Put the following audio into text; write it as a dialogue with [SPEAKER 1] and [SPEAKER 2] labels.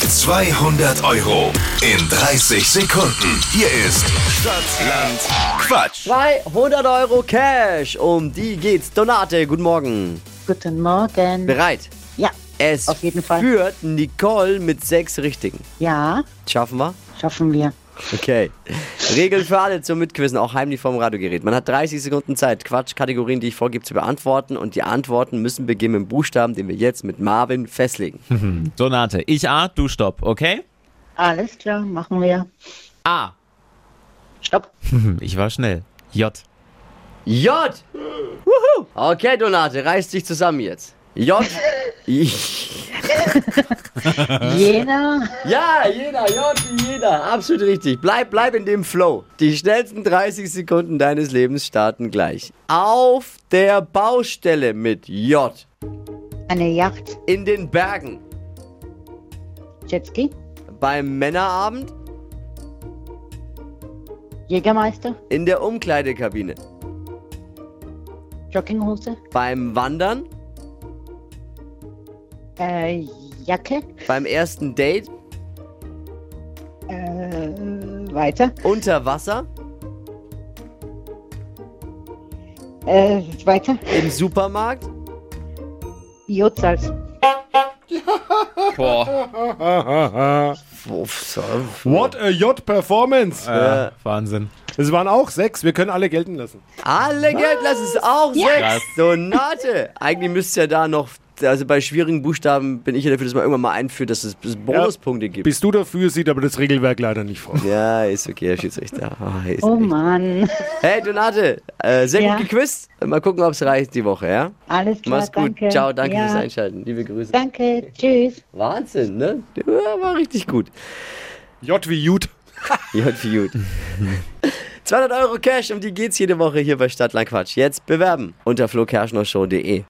[SPEAKER 1] 200 Euro in 30 Sekunden. Hier ist Stadtland Quatsch.
[SPEAKER 2] 200 Euro Cash. Um die geht's. Donate, guten Morgen.
[SPEAKER 3] Guten Morgen.
[SPEAKER 2] Bereit?
[SPEAKER 3] ja,
[SPEAKER 2] Es
[SPEAKER 3] Auf jeden Fall.
[SPEAKER 2] führt Nicole mit sechs Richtigen.
[SPEAKER 3] ja,
[SPEAKER 2] Schaffen wir?
[SPEAKER 3] schaffen wir.
[SPEAKER 2] Okay. Regeln für alle zum Mitquissen, auch heimlich vom Radiogerät. Man hat 30 Sekunden Zeit, Quatschkategorien, die ich vorgebe, zu beantworten. Und die Antworten müssen beginnen mit dem Buchstaben, den wir jetzt mit Marvin festlegen.
[SPEAKER 4] Donate, ich A, du Stopp, okay?
[SPEAKER 3] Alles klar, machen wir.
[SPEAKER 4] A.
[SPEAKER 3] Stopp.
[SPEAKER 4] Hm, Ich war schnell. J.
[SPEAKER 2] J! Wuhu! Okay, Donate, reiß dich zusammen jetzt. J.
[SPEAKER 3] Jena,
[SPEAKER 2] Ja, jeder, J wie jeder. Absolut richtig. Bleib, bleib in dem Flow. Die schnellsten 30 Sekunden deines Lebens starten gleich. Auf der Baustelle mit J.
[SPEAKER 3] eine Yacht,
[SPEAKER 2] In den Bergen.
[SPEAKER 3] Jetski,
[SPEAKER 2] Beim Männerabend.
[SPEAKER 3] Jägermeister,
[SPEAKER 2] In der Umkleidekabine.
[SPEAKER 3] Jogginghose,
[SPEAKER 2] Beim Wandern.
[SPEAKER 3] äh, Jacke,
[SPEAKER 2] Beim ersten Date.
[SPEAKER 3] äh, weiter,
[SPEAKER 2] Unter Wasser.
[SPEAKER 3] äh, weiter,
[SPEAKER 2] Im Supermarkt.
[SPEAKER 3] Jodsalz,
[SPEAKER 4] Boah,
[SPEAKER 5] What a J-Performance.
[SPEAKER 4] äh, Wahnsinn.
[SPEAKER 5] Es waren auch sechs, wir können alle gelten lassen.
[SPEAKER 2] Alle Geld, lass es auch sechs. Donate. Eigentlich müsste ja da noch. Also bei schwierigen Buchstaben bin ich ja dafür, dass man irgendwann mal einführt, dass es Bonuspunkte gibt.
[SPEAKER 5] Bist du dafür, sieht aber das Regelwerk leider nicht vor.
[SPEAKER 2] Ja, ist okay, Herr Schiedsrichter. Ah, ist
[SPEAKER 3] oh
[SPEAKER 2] echt.
[SPEAKER 3] Mann,
[SPEAKER 2] Hey, Donate, äh, sehr
[SPEAKER 3] Ja.
[SPEAKER 2] gut gequizt. Mal gucken, ob es reicht die Woche, ja?
[SPEAKER 3] alles klar,
[SPEAKER 2] Mach's gut.
[SPEAKER 3] danke.
[SPEAKER 2] Ciao, danke
[SPEAKER 3] ja,
[SPEAKER 2] fürs Einschalten. Liebe Grüße.
[SPEAKER 3] Danke, tschüss.
[SPEAKER 2] Wahnsinn, ne? Ja, war richtig gut.
[SPEAKER 5] J wie Jut.
[SPEAKER 2] Jut, wie gut. 200 Euro Cash, um die geht's jede Woche hier bei Stadtland Quatsch. Jetzt bewerben unter flokerschnershow.de.